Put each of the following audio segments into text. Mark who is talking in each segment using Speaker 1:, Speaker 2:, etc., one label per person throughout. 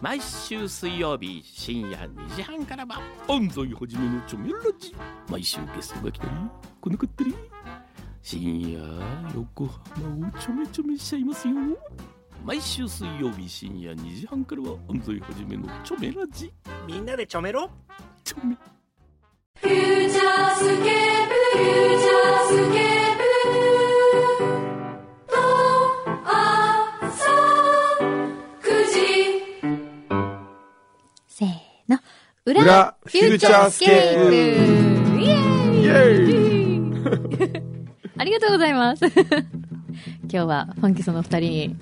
Speaker 1: 毎週水曜日深夜2時半からは安西はじめのチョメラジ毎週ゲストが来たり来なかったり深夜横浜をちょめちょめしちゃいますよ毎週水曜日深夜2時半からは安西はじめのチョメラジ
Speaker 2: みんなでちょめろ
Speaker 1: チョメ
Speaker 3: フューチャースケープ、フューチャースケープ、と、朝9時。
Speaker 4: せーの。裏
Speaker 5: 裏
Speaker 4: フューチャースケープ
Speaker 5: フ
Speaker 4: イ
Speaker 5: ュ
Speaker 4: エーイ
Speaker 5: イエイ
Speaker 4: ありがとうございます。 今日はファンキスのお二人に、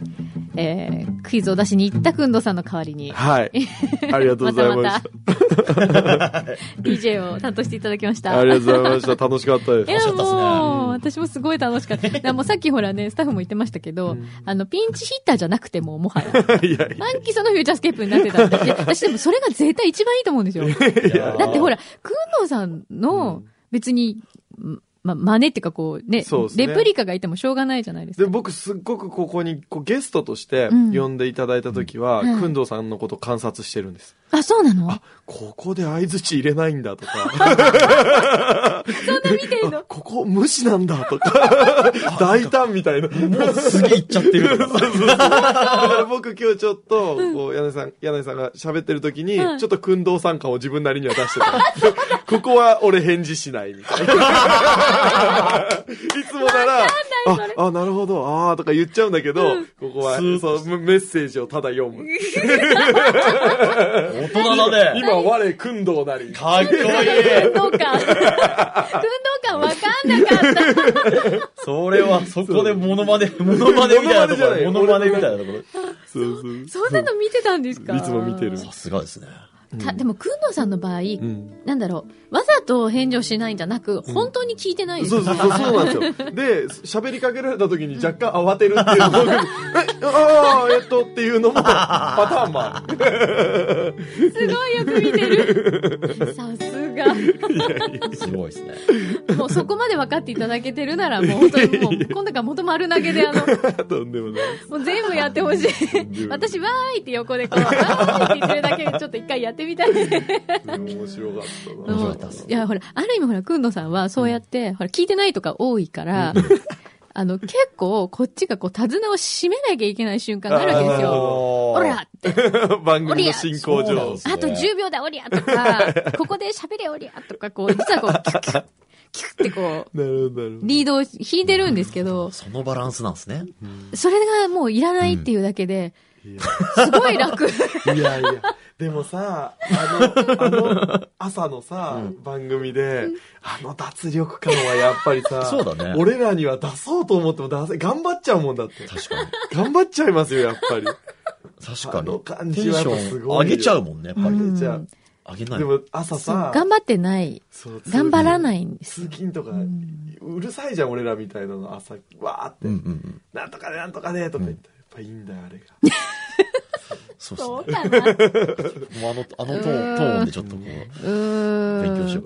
Speaker 4: えー、クイズを出しに行ったくんどさんの代わりに、
Speaker 5: はい。ありがとうございま
Speaker 4: ま
Speaker 5: した
Speaker 4: DJ を担当していただきました。
Speaker 5: た。ありがとうございました。楽しかった
Speaker 4: い
Speaker 5: です。
Speaker 4: やもう、私もすごい楽しかった。だからもうさっきほらね、スタッフも言ってましたけど、あの、ピンチヒッターじゃなくても、もはや。フ
Speaker 5: いやい
Speaker 4: ァンキスのフューチャースケープになってたん で。いや私でもそれが絶対一番いいと思うんですよ。だってほら、くんのさんの、別に、んま、真似っていうかこうね、
Speaker 5: そうですね
Speaker 4: レプリカがいてもしょうがないじゃないです
Speaker 5: で、
Speaker 4: か。
Speaker 5: 僕すっごくここにこうゲストとして
Speaker 4: うん
Speaker 5: 呼んでいただいた時は、
Speaker 4: はい
Speaker 5: くんどうさんのこと観察してるんです。
Speaker 4: あ、そうなの
Speaker 5: あ、ここで相づち入れないんだとか、
Speaker 4: そんな見 てんの
Speaker 5: ここ無視なんだとか、 大胆みたいな。
Speaker 2: もうすげえ行っちゃって るとか
Speaker 5: 僕今日ちょっと、こう、柳井さん、柳井さんが喋ってる時に、
Speaker 4: うん
Speaker 5: ちょっとくんどうさん感を自分なりには出して た。ここは俺返事しないみ たいな。いつもなら、あ、あ、なるほど、あーとか言っちゃうんだけど、ここは、
Speaker 2: スーッ
Speaker 5: そう、メメッセージをただ読 む。
Speaker 2: 大人だね
Speaker 5: 今、我、くんどうなり。
Speaker 2: かっこいい
Speaker 4: 運動感。運動感わかんなかった。
Speaker 2: それはそこでモノマネモノマネみたいなところモノマネみたいなところ
Speaker 5: そうそう。
Speaker 4: そんなの見てたんですか
Speaker 5: いつも見てる。
Speaker 2: さすがですね
Speaker 4: たでも、くんのさんの場合、
Speaker 5: ん
Speaker 4: なんだろう、わざと返事をしないんじゃなく、本当に聞いてないです
Speaker 5: そうそうそう、そうなんですよ。で、喋りかけられた時に若干慌てるっていう僕、え、あー、えっと、っていうのも、パターンもある。
Speaker 4: すごいよく見てる。 さすが。
Speaker 2: すごいですね
Speaker 4: もうそこまで分かっていただけてるなら、もう本当にもう、今度から元丸投げで、あの、
Speaker 5: とんでもない。
Speaker 4: もう全部やってほしい。私、わーいって横でこう、わーいって言ってるだけで、ちょっと一回やってみたい。
Speaker 5: 面白かった
Speaker 4: も
Speaker 5: な。
Speaker 2: 白か
Speaker 4: う
Speaker 2: ったっす
Speaker 4: いや、ほら、ある意味ほら、くんのさんは、そうやって、ほら、聞いてないとか多いから、あの、結構、こっちがこう、手綱を締めなきゃいけない瞬間があるわけですよ。
Speaker 2: ほ
Speaker 4: ほらって。
Speaker 5: 番組の進行
Speaker 2: そうなん
Speaker 5: 上
Speaker 2: で。すね
Speaker 4: あと10秒だ、おりゃとか、ここで喋れ、おりゃとか、こう、実はこう、キュッキュッ、キュッってこう、
Speaker 5: なるほど、なるほど。
Speaker 4: リードを引いてるんですけど、
Speaker 2: そのバランスなんですね
Speaker 4: それがもういらないっていうだけで、すごい楽。
Speaker 5: いやいや、でもさ、あの、あの、朝のさ、番組で、あの脱力感はやっぱり さ、
Speaker 2: そうだね
Speaker 5: 俺らには出そうと思っても出せ、頑張っちゃうもんだって。
Speaker 2: 確かに
Speaker 5: 頑張っちゃいますよ、やっぱり。
Speaker 2: 確か
Speaker 5: あの
Speaker 2: に
Speaker 5: 感
Speaker 2: テ
Speaker 5: じ
Speaker 2: ン
Speaker 5: は
Speaker 2: シ
Speaker 5: やっぱす
Speaker 2: ョン
Speaker 5: ご
Speaker 2: 上
Speaker 5: いよ
Speaker 2: げちゃうもんねやっぱり
Speaker 5: 上げちゃう。
Speaker 2: 上げない
Speaker 5: でも朝さ、
Speaker 4: 頑張ってない。
Speaker 5: そう
Speaker 4: 頑張ら
Speaker 5: い。
Speaker 4: ないんです
Speaker 5: 通。勤とか、うるさいじゃん、俺らみたいなの朝、わーって、
Speaker 2: うんうんうん
Speaker 5: なんとかでなんとかでとか言ったら、やっぱいいんだよ、あれが。
Speaker 2: そう
Speaker 4: かな。う
Speaker 2: ですねもうあのあのトーントーンでちょっとこう勉強
Speaker 4: ー。
Speaker 2: しよ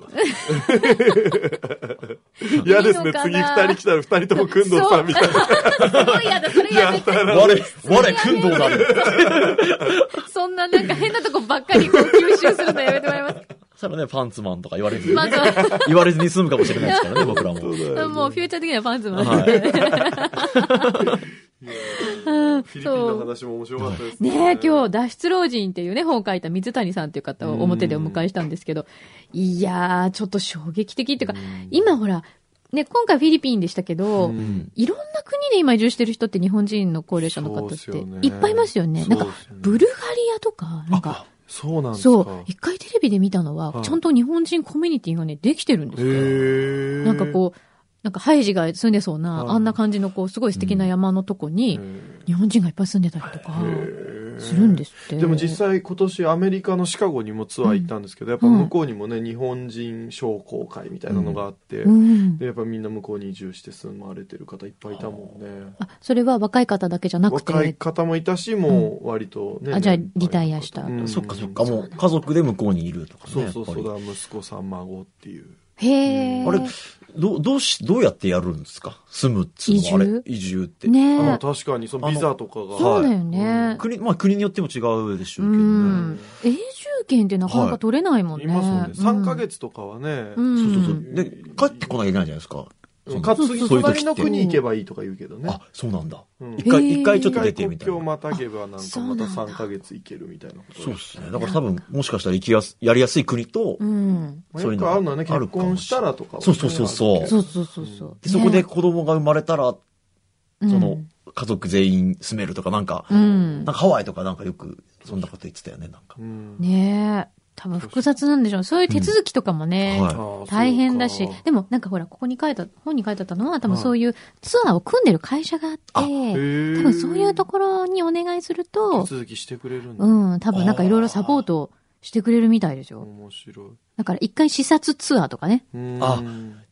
Speaker 2: うんか
Speaker 5: 嫌です
Speaker 4: い
Speaker 5: ね。
Speaker 4: いのか
Speaker 5: 次
Speaker 4: な
Speaker 5: 二人来たら二人ともくんどうさんみたい な。
Speaker 4: すごいやだ、それやめて。
Speaker 2: 我我くんどうなる
Speaker 4: そんななんか変なとこばっかりこう吸収するのやめてもらいます。
Speaker 2: それねパンツマンとか言われずに
Speaker 4: まずは。
Speaker 2: 言われずに済むかもしれないですからね僕らも
Speaker 4: もうフューチャー的にはパンツマン。うん
Speaker 5: フィリピンの
Speaker 4: そう。
Speaker 5: 話も面白かったです
Speaker 4: ねえ、今日、脱出老人っていうね、本を書いた水谷さんっていう方を表でお迎えしたんですけど、いやー、ちょっと衝撃的っていうか、今ほら、ね、今回フィリピンでしたけど、いろんな国で今移住してる人って日本人の高齢者の方っ
Speaker 5: そ
Speaker 4: て
Speaker 5: うですよね
Speaker 4: いっぱいいますよね。
Speaker 5: そう
Speaker 4: なん
Speaker 5: ですよね
Speaker 4: か、ブルガリアとか、なんか、
Speaker 5: そうなんですか。
Speaker 4: そう、一回テレビで見たのは、
Speaker 5: はい
Speaker 4: ちゃんと日本人コミュニティがね、できてるんですよ。
Speaker 5: へ
Speaker 4: なんかこう、なんかハイジが住んでそうな、
Speaker 5: はい
Speaker 4: あんな感じのこう、すごい素敵な山のとこに、日本人がいっぱい住んでたりとか、するんですって。
Speaker 5: でも実際今年アメリカのシカゴにもツアー行ったんですけど、やっぱ向こうにもね、日本人商工会みたいなのがあって、
Speaker 4: うん
Speaker 5: で、やっぱみんな向こうに移住して住まわれてる方いっぱいいたもんね。
Speaker 4: あ、それは若い方だけじゃなく
Speaker 5: 若い
Speaker 4: て、
Speaker 5: 方もいたし、もう割とね。
Speaker 4: あじゃあ
Speaker 5: 年配の方
Speaker 4: リタイアした
Speaker 5: うん
Speaker 2: そっかそっか、もう家族で向こうにいるとかね。
Speaker 5: そうそうそう
Speaker 2: やっぱ
Speaker 5: だ、息子さん、孫っていう。
Speaker 2: り
Speaker 4: へえ。
Speaker 2: あれ、どう、どうし、どうやってやるんですか住むっつうのはあ
Speaker 4: 移
Speaker 2: れ
Speaker 4: 住、
Speaker 2: 移住って。
Speaker 4: ね
Speaker 5: あ
Speaker 4: え。
Speaker 5: 確かに、そのビザとかが。
Speaker 4: そうだ
Speaker 5: はい
Speaker 4: よね。
Speaker 2: 国、まあ国によっても違うでしょ
Speaker 4: う
Speaker 2: うけどね。
Speaker 4: ん。永住権ってなかなか取れないもんね。
Speaker 5: いますもんね。3ヶ
Speaker 4: 月。
Speaker 5: 月とかはね、
Speaker 4: うん。
Speaker 2: そうそうそう。で、帰ってこなきゃいけないじゃないですか。その
Speaker 5: かつ
Speaker 2: そういう時って
Speaker 5: 隣の国行けばいいとか言うけどね
Speaker 2: あ。、そうなんだ。
Speaker 5: うん
Speaker 2: 一回、
Speaker 4: へー
Speaker 2: 一回ちょっ
Speaker 5: 一
Speaker 2: と
Speaker 5: 回
Speaker 2: 出て
Speaker 5: 国
Speaker 2: みたい
Speaker 5: 境
Speaker 2: な。
Speaker 5: またげばなんかまた
Speaker 4: あそうなんだ
Speaker 5: 3ヶ月行けるみたいなこと
Speaker 2: そうですね。だから多分、もしかしたら行きやす、やりやすい国と、
Speaker 4: うん。
Speaker 5: まあ
Speaker 2: そうい
Speaker 5: よ
Speaker 2: うの
Speaker 5: く
Speaker 2: が
Speaker 5: あるのはね、
Speaker 2: ある
Speaker 5: 結
Speaker 2: かも
Speaker 5: 婚し
Speaker 2: しれ
Speaker 5: た
Speaker 2: ない
Speaker 5: らとかはね。
Speaker 2: そうそうそうそう
Speaker 4: そうそうそうそう。
Speaker 2: でそこで
Speaker 4: ね
Speaker 2: 子供が生まれたら、
Speaker 4: え、
Speaker 2: そ
Speaker 4: うん
Speaker 2: の、家族全員住めるとかなんか、
Speaker 4: うん
Speaker 2: なんかハワイとかなんかよく、そんなこと言ってたよね、なんか。
Speaker 5: うん
Speaker 4: ねえ。多分複雑なんでしょう。そういう手続きとかもね、
Speaker 5: あ
Speaker 2: は
Speaker 5: ー
Speaker 4: 大変だし
Speaker 5: そうか。
Speaker 4: でもなんかほら、ここに書いた、本に書いてあったのは、多分
Speaker 5: はい
Speaker 4: そういうツアーを組んでる会社があって、
Speaker 2: あ
Speaker 4: 多分
Speaker 2: へ
Speaker 5: へー
Speaker 4: そういうところにお願いすると
Speaker 5: 手、続きしてくれるんだ。
Speaker 4: うん、多分なんかいろいろサポートをしてくれるみたいですよ。
Speaker 5: 面白い。
Speaker 4: だから一回視察ツアーとかね、
Speaker 5: うん
Speaker 2: あ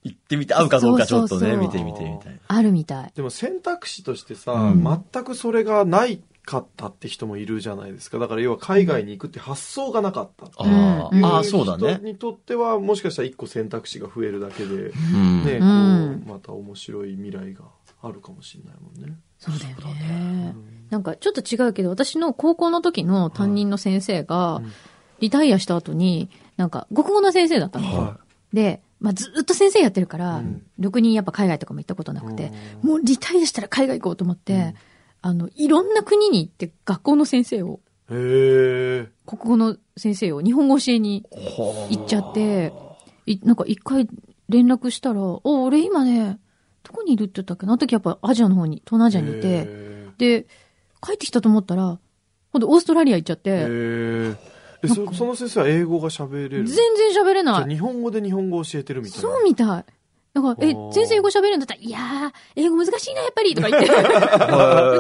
Speaker 2: い。行ってみて、合うかどうかちょっ
Speaker 4: そう
Speaker 2: とね、
Speaker 4: そうそう
Speaker 2: 見てみてみたいな。
Speaker 4: あるみたい。
Speaker 5: でも選択肢としてさ、
Speaker 2: うん
Speaker 5: 全くそれがないかったって人もいるじゃないですか。だから要は海外に行くって発想がなかった。
Speaker 2: あ
Speaker 4: うんう
Speaker 2: ー
Speaker 4: ん
Speaker 2: あー、そうだ
Speaker 5: 人
Speaker 2: ね。
Speaker 5: にとってはもしかしたら一個選択肢が増えるだけで、
Speaker 2: うん
Speaker 5: ね、
Speaker 4: う
Speaker 5: こ
Speaker 4: ん
Speaker 5: う、また面白い未来があるかもしれないもんね。
Speaker 4: そうだよ
Speaker 2: そうだ
Speaker 4: ね
Speaker 5: う。ん
Speaker 4: なんかちょっと違うけど、私の高校の時の担任の先生が
Speaker 5: うん、
Speaker 4: リタイアした後に、なんか国語の先生だったの。
Speaker 2: は
Speaker 4: で、まあずっと先生やってるから、
Speaker 5: うん
Speaker 4: ろくにやっぱ海外とかも行ったことなくて、
Speaker 5: うん
Speaker 4: もうリタイアしたら海外行こうと思って、
Speaker 5: うん
Speaker 4: あの、いろんな国に行って学校の先生を、
Speaker 5: へえ。
Speaker 4: 国語の先生を日本語教えに
Speaker 2: はあ
Speaker 4: 行っちゃって、いなんか一回連絡したら、お、俺今ね、どこにいるって言ったっけなあの時やっぱアジアの方に、東南アジアにいて、
Speaker 5: へ
Speaker 4: で、帰ってきたと思ったら、今度オーストラリア行っちゃっ
Speaker 5: え。へ
Speaker 4: て、
Speaker 5: ーえそその先生は英語が喋れる
Speaker 4: 全然喋れ
Speaker 5: じゃ
Speaker 4: な
Speaker 5: あ
Speaker 4: い。
Speaker 5: 日本語で日本語を教えてるみたいな。
Speaker 4: そうみたい。だから、え
Speaker 5: あー、
Speaker 4: 先生英語喋れるんだったら、いやー、英語難しいな、やっぱりとか 言って、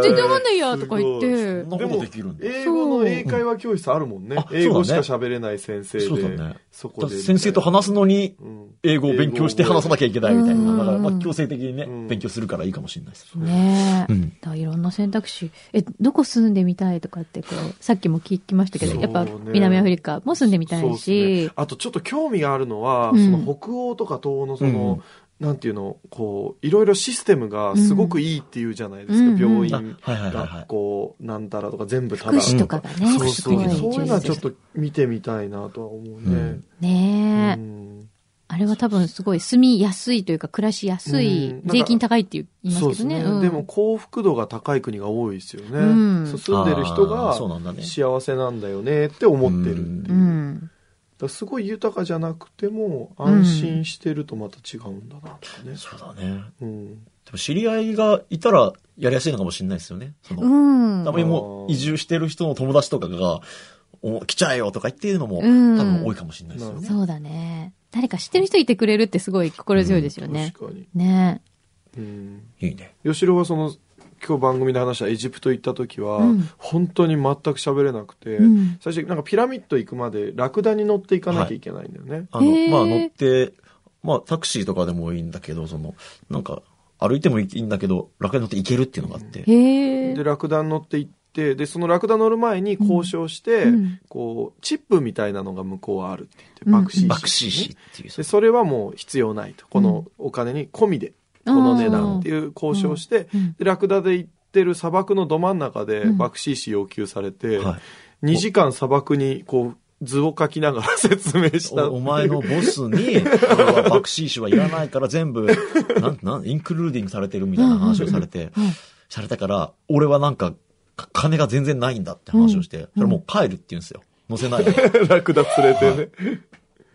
Speaker 4: 全然わかんないや、とか言っ
Speaker 2: そ
Speaker 4: て
Speaker 2: ん、なことできるんだ。
Speaker 5: 英語の英会話教室あるもんね
Speaker 2: あ。そうだね
Speaker 5: 英語しか喋れない先生で。
Speaker 2: そうだね
Speaker 5: そこ
Speaker 2: だっ
Speaker 5: で。
Speaker 2: て先生と話すのに、
Speaker 5: うん。
Speaker 2: 英語を勉強して話さなきゃいけないみたい
Speaker 4: うん
Speaker 2: な。だから、まあ、強制的にね、
Speaker 5: うん
Speaker 2: 勉強するからいいかもしれないです。
Speaker 4: ねえ。
Speaker 2: う
Speaker 4: だ
Speaker 2: ん。
Speaker 4: からいろんな選択肢。え、どこ住んでみたいとかって、こう、さっきも聞きましたけど、
Speaker 5: そう
Speaker 4: や
Speaker 5: ね
Speaker 4: っぱ南アフリカも住んでみた
Speaker 5: そう
Speaker 4: い
Speaker 5: っすね
Speaker 4: し、
Speaker 5: あとちょっと興味があるのは、
Speaker 4: うん
Speaker 5: その北欧とか東欧のその、なんていうの、こう、いろいろシステムがすごくいいっていうじゃないですか。
Speaker 4: うん
Speaker 5: 病
Speaker 2: あ、
Speaker 5: 院、
Speaker 2: はいはいはいは
Speaker 5: 学
Speaker 2: い。
Speaker 5: 校、なんたらとか全部ただ。
Speaker 4: 福祉とかがね、
Speaker 5: そう
Speaker 4: す
Speaker 5: そ
Speaker 4: ご
Speaker 5: う。
Speaker 4: い
Speaker 5: そういうのはちょっ
Speaker 4: 充実
Speaker 5: と見てみたいなとは思うね。
Speaker 4: ねえ。
Speaker 5: うん
Speaker 4: あれは多分すごい住みやすいというか、暮らしやす
Speaker 5: うんないん、か
Speaker 4: 税金高いって言います
Speaker 5: そう
Speaker 4: け
Speaker 5: です
Speaker 4: ど
Speaker 5: ね、
Speaker 4: ね。うん
Speaker 5: でも、幸福度が高い国が多いですよね、
Speaker 4: うん
Speaker 5: そう住んでる人
Speaker 2: あ
Speaker 5: が
Speaker 2: ーそうなんだね
Speaker 5: 幸せなんだよねって思ってるっていうう、だか
Speaker 4: ん。
Speaker 5: らすごい豊かじゃなくても安心してるとまた違うんだなとかね、
Speaker 2: そうだね。
Speaker 5: うん
Speaker 2: でも知り合いがいたら、やりやすいのかもしれないですよね。その、
Speaker 4: うん
Speaker 2: た。まにもう移住してる人の友達とかが、お来ちゃえよとか言っていうのも、多
Speaker 4: うん
Speaker 2: 分多いかもしれないですよね。
Speaker 4: そうだね。誰か知ってる人いてくれるってすごい心強いですよね。
Speaker 5: 確かに、
Speaker 4: ね
Speaker 5: うん、
Speaker 2: いいね。
Speaker 5: 吉郎はその今日番組で話したエジプト行った時は、
Speaker 4: うん
Speaker 5: 本当に全く喋れなくて、
Speaker 4: うん
Speaker 5: 最初なんかピラミッド行くまでラクダに乗っていかなきゃいけないんだよね、
Speaker 2: あの
Speaker 4: へ、ー
Speaker 2: まあ乗って、まあタクシーとかでもいいんだけど、その、なんか、歩いてもいいんだけど、楽に乗って行けるっていうのがあって。
Speaker 4: え。へえ
Speaker 5: で。ラクダに乗って行ってでそのラクダ乗る前に交渉して、
Speaker 4: うんうん
Speaker 5: こうチップみたいなのが向こうはあるって言って
Speaker 4: うん
Speaker 5: バクシーシ
Speaker 2: バクシーシ
Speaker 5: ね
Speaker 2: っていう。
Speaker 5: でそれはもう必要ないとこのお金に込みで、
Speaker 4: うん
Speaker 5: この値段っていう交渉をして、
Speaker 4: うん
Speaker 5: でラクダで行ってる砂漠のど真ん中で
Speaker 4: うん
Speaker 5: バクシーシ要求されて、
Speaker 2: はい。
Speaker 5: 2時間砂漠にこう図を書きながら説明した
Speaker 2: おお 前のボスに、俺はバクシーシはいらないから全部、なん、なん、インクルーディングされてるみたいな話をされて
Speaker 4: うんうん、
Speaker 2: されたから、俺はなんか、か金が全然ないんだって話をして、それもう帰るって言うんですよ。乗せないで。
Speaker 5: ラクダ連れてね、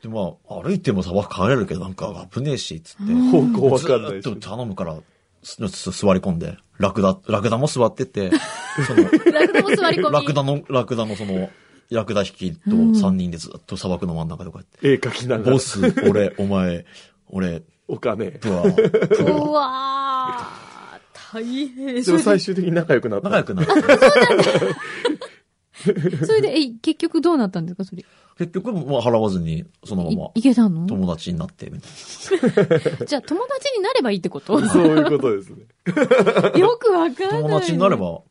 Speaker 2: で、まあ、歩いても砂漠帰れるけど、なんか危ねえし、つって。
Speaker 5: 方向わかんない
Speaker 2: ず
Speaker 5: し
Speaker 2: ーっと頼むから、すす座り込んで、ラクダ、ラクダも座ってて、その、
Speaker 4: ラクダも座り込み。
Speaker 2: ラクダの、ラクダのその、ラクダ引きと3人でずっと砂漠の真ん中でこうやって。
Speaker 5: 絵描きながら
Speaker 2: ボス、俺、お前、俺、
Speaker 5: お金
Speaker 2: プア、プア
Speaker 4: うわー、大変。
Speaker 5: で
Speaker 4: そ
Speaker 5: も
Speaker 4: れで
Speaker 5: 最、終的に仲良くなった
Speaker 2: 仲良くなって、
Speaker 4: それで、え、結局どうなったんですかそれ。い
Speaker 2: 結局、まあ、払わずに、そのまま、
Speaker 4: いけたの
Speaker 2: 友達になって、みたい
Speaker 4: じゃあ友達になればいいってこと
Speaker 5: そういうことですね
Speaker 4: よくわかんな
Speaker 2: な。
Speaker 4: い。
Speaker 2: 友達になれ。ば、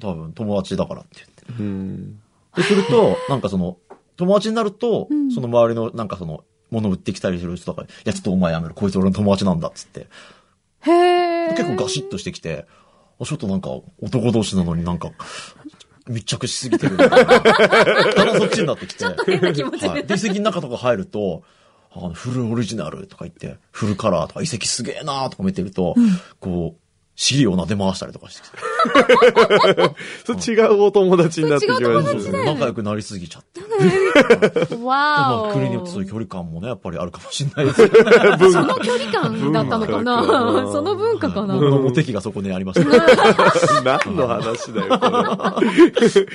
Speaker 2: 多分、友達だからって言って。
Speaker 5: うん
Speaker 2: で、すると、なんかその、友達になると、その周りの、なんかその、物売ってきたりする人とか、いや、ちょっとお前やめろ、こいつ俺の友達なんだ、っつって。
Speaker 4: へえ。
Speaker 2: 結構ガシッとしてきて、あちょっとなんか男同士なのになんか、密着しすぎてる。だからそっちになってきて。ちょっと
Speaker 4: 変な気持ちにな
Speaker 2: はい、で、遺跡の中とか入ると、あのフルオリジナルとか言って、フルカラーとか遺跡すげえなーとか見てると、こう、尻を撫で回したりとかしてきて、
Speaker 5: そう違うお友達になってきま
Speaker 4: そう違うお友達
Speaker 5: した
Speaker 4: だよ
Speaker 5: ね
Speaker 4: ね
Speaker 2: 仲良くなりすぎちゃって。
Speaker 4: わ
Speaker 2: ま
Speaker 4: ー
Speaker 2: あ、
Speaker 4: お。
Speaker 2: 国によってそういう距離感もね、やっぱりあるかもしれないですよね。
Speaker 4: その距離感だったのか
Speaker 5: 文化か
Speaker 4: な その文化かな
Speaker 2: 僕のモテ期がそこにありました。
Speaker 5: 何の話だよ、これ。
Speaker 4: フィ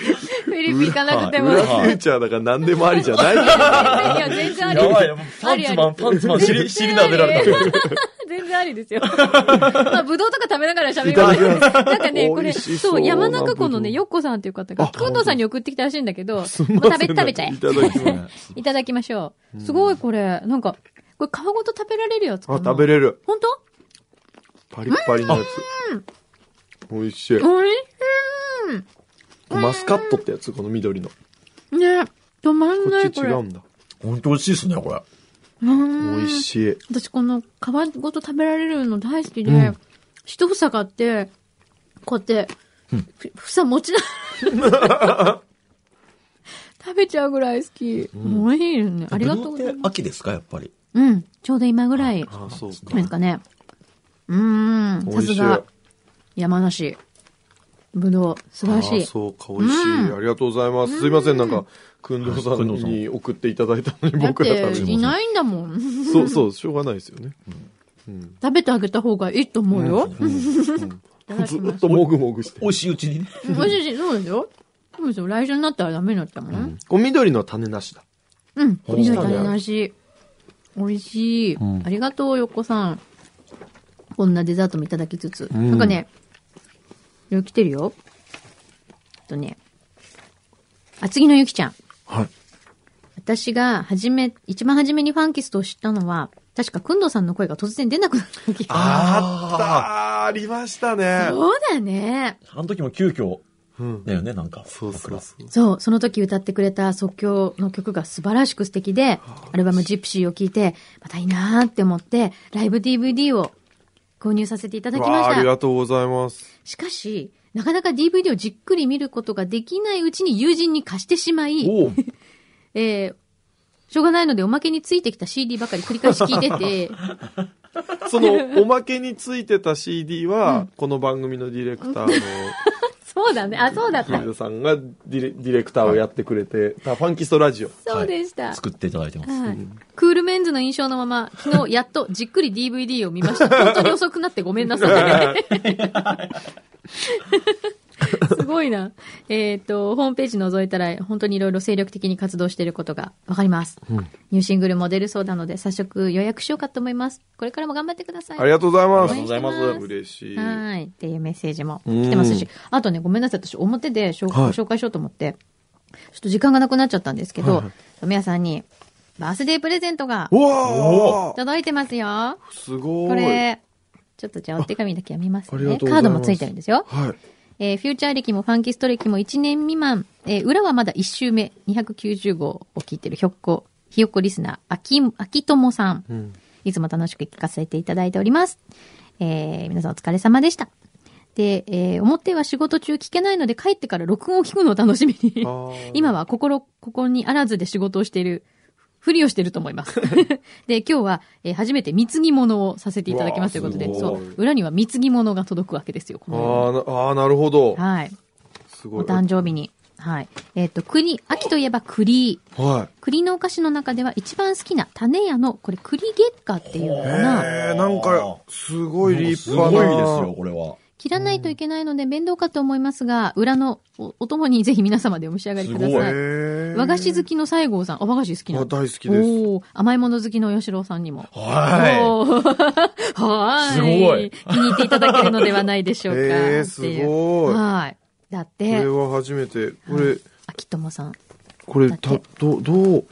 Speaker 4: リピン行かなくても。い
Speaker 5: 裏フューチャーだから何でもありじゃないから
Speaker 4: や、全然ありですよ。ありあり
Speaker 2: パンツマン、尻、
Speaker 4: 全
Speaker 2: 尻撫
Speaker 4: 然
Speaker 2: でら
Speaker 4: あり
Speaker 2: れた。
Speaker 4: 全然あり ですよ。まあ、ぶどうとか食べながら喋りま
Speaker 5: いただ
Speaker 4: す。
Speaker 5: き
Speaker 4: なんかね、こ
Speaker 5: 美
Speaker 4: れ、
Speaker 5: 味しそう
Speaker 4: そう、山中湖のね、
Speaker 5: な
Speaker 4: よっこさんっていう方が、
Speaker 5: あ
Speaker 4: くんどうさんに送ってきたらしいんだけど、もう食
Speaker 5: すんませ
Speaker 4: べ、
Speaker 5: ん
Speaker 4: 食べちゃえ
Speaker 5: い。ただきます。
Speaker 4: いただきましょう。すごいこれ、なんか、これ皮ごと食べられるやつか
Speaker 5: あ、
Speaker 4: な。
Speaker 5: 食べれる。
Speaker 4: ほんと
Speaker 5: パリッパリのやつ。美味しい。
Speaker 4: おいし
Speaker 5: マスカットってやつ、この緑の。こ
Speaker 4: いね止まんな
Speaker 5: っ
Speaker 4: い、
Speaker 5: ち
Speaker 4: こ
Speaker 5: 違
Speaker 4: れ。
Speaker 5: うんだ。
Speaker 2: 本当美味しいですね、これ。
Speaker 4: うん
Speaker 5: 美味しい。
Speaker 4: 私この皮ごと食べられるの大好きで、
Speaker 5: うん
Speaker 4: 一房買って、こうやって、ふ房持ちな 食べちゃうぐらい好き。もういいよね。ありがとうござい
Speaker 2: ぶど
Speaker 4: ま
Speaker 2: って秋ですか、やっぱり。
Speaker 4: す。うん。ちょうど今ぐらい。
Speaker 5: あ、そうか。
Speaker 4: ですかね。うーん。
Speaker 5: 美
Speaker 4: さ
Speaker 5: 味し
Speaker 4: す
Speaker 5: い
Speaker 4: が、山梨。ぶどう、素晴らし
Speaker 5: あ
Speaker 4: い。
Speaker 5: そうか、美味しい。ありがとうございます。すいません、なんか、くんどうさ
Speaker 2: く
Speaker 5: ん
Speaker 2: んどうさん
Speaker 5: に送っていただいたのに
Speaker 4: だっ
Speaker 5: 僕ら食べ
Speaker 4: て、
Speaker 5: る
Speaker 4: いないんだもん。
Speaker 5: そうそう、しょうがないですよね。
Speaker 4: 食べてあげた方がいいと思うよ。 いただ
Speaker 5: ず
Speaker 4: き
Speaker 5: っ
Speaker 4: ます。
Speaker 5: ともぐもぐして
Speaker 2: 美。味しいうちにね。
Speaker 4: 美味しいし、そうですよ。そうですよ。来週になったらダメになったもん。
Speaker 5: これ緑の種なしだ。
Speaker 4: うん。
Speaker 2: お
Speaker 4: 緑の種なし。美味しい。ありがとう、よっこさん。こんなデザートもいただきつつ。
Speaker 5: ん
Speaker 4: なんかね、いろいろ来てるよ。えっとね、厚木のゆきちゃん。
Speaker 5: はい。
Speaker 4: 私が、はじめ、一番初めにファンキストを知ったのは、確か、くんどうさんの声が突然出なくなった時。
Speaker 5: あったーありましたね。
Speaker 4: そうだね。
Speaker 2: あの時も急遽、
Speaker 5: うん。
Speaker 2: だよね、なんか。
Speaker 5: そうそうそう。
Speaker 4: そう、その時歌ってくれた即興の曲が素晴らしく素敵で、アルバムジプシーを聴いて、またいいなーって思って、ライブ DVD を購入させていただきま
Speaker 5: わああ
Speaker 4: し
Speaker 5: り
Speaker 4: た。
Speaker 5: がとうございます。
Speaker 4: しかし、なかなか DVD をじっくり見ることができないうちに友人に貸してしまい、
Speaker 2: おう
Speaker 4: えー、しょうがないのでおまけについてきた CD ばかり繰り返し聴いてて、
Speaker 5: その、おまけについてた CD は、この番組のディレクターの、
Speaker 4: そうだね、あ、そうだっ
Speaker 5: ク
Speaker 4: た
Speaker 5: イ。ズさんがディレディレクターをやってくれて、あファンキストラジオ。
Speaker 4: そうでした。
Speaker 2: 作っていただいてます。
Speaker 4: はい。クールメンズの印象のまま、昨日やっとじっくり DVD を見ました。本当に遅くなってごめんな さい。すごいな。えっ、と、ホームページ覗いたら、本当にいろいろ精力的に活動していることがわかります。ニューシングルも出るそうなので、早速予約しようかと思います。これからも頑張ってください。
Speaker 5: ありがとうございます。
Speaker 4: ありがとうございます
Speaker 5: 嬉しい。
Speaker 4: はい。っていうメッセージも来てますし、あとね、ごめんなさい。私、表で紹,、
Speaker 5: はい
Speaker 4: 紹介しようと思って、ちょっと時間がなくなっちゃったんですけど、皆さんに、バースデープレゼントが
Speaker 5: わ
Speaker 4: 届いてますよ。
Speaker 5: ーすごい。
Speaker 4: これ、ちょっとじゃあお手紙だけ読みます
Speaker 5: ああり
Speaker 4: ね。
Speaker 5: がとうご
Speaker 4: カ
Speaker 5: ざ
Speaker 4: ー
Speaker 5: いま
Speaker 4: ド
Speaker 5: す
Speaker 4: もついてるんですよ。
Speaker 5: はい。
Speaker 4: えーフューチャー歴もファンキスト歴も1年未満、えー裏はまだ1周目、290号を聞いてるひょっこ、ひよっこリスナー、あき、あきともさん,、いつも楽しく聞かせていただいております。えー皆さんお疲れ様でした。で、えー表は仕事中聞けないので帰ってから録音を聞くのを楽しみに
Speaker 5: あ。ー
Speaker 4: 今は心、ここにあらずで仕事をしている、ふりをしていると思います。 で、今日は、えー初めて貢ぎ物をさせていただきますということで、
Speaker 5: うわーす
Speaker 4: そ、
Speaker 5: ごいう
Speaker 4: 裏には貢ぎ物が届くわけですよ、こ
Speaker 5: あ
Speaker 4: のよ
Speaker 5: ーなあー、なるほど
Speaker 4: うに。。はい。
Speaker 5: す
Speaker 4: お
Speaker 5: ごい。
Speaker 4: 誕生日に。はい。えっ、と、栗、秋といえば栗。
Speaker 5: は
Speaker 4: 栗のお菓子の中では一番好きな種屋の、これ栗月下っていうのか
Speaker 5: い。
Speaker 4: な。
Speaker 5: えー、なんか、すごい立
Speaker 2: すごい
Speaker 5: 派
Speaker 2: で
Speaker 5: な。
Speaker 2: すよ、これは。
Speaker 4: 切らないといけないので面倒かと思いますが、裏のおお供にぜひ皆様でお召し上がりくだ
Speaker 2: すご
Speaker 4: さ
Speaker 5: え
Speaker 4: い。
Speaker 5: ー
Speaker 4: 和菓子好きの西郷さん。お和菓子好きな
Speaker 5: あ
Speaker 4: んだ
Speaker 5: 大好きです
Speaker 4: おー甘いもの好きの吉郎さんにも。
Speaker 2: は
Speaker 4: おーはーい。
Speaker 2: すごい
Speaker 4: 気に入っていただけるのではないでしょう か。
Speaker 5: えー
Speaker 4: っていう
Speaker 5: すごい
Speaker 4: はい。だっ
Speaker 5: これ
Speaker 4: て、
Speaker 5: は初めて。これ、
Speaker 4: 秋友さん。
Speaker 5: これ、
Speaker 4: だったて、
Speaker 5: ど、どう、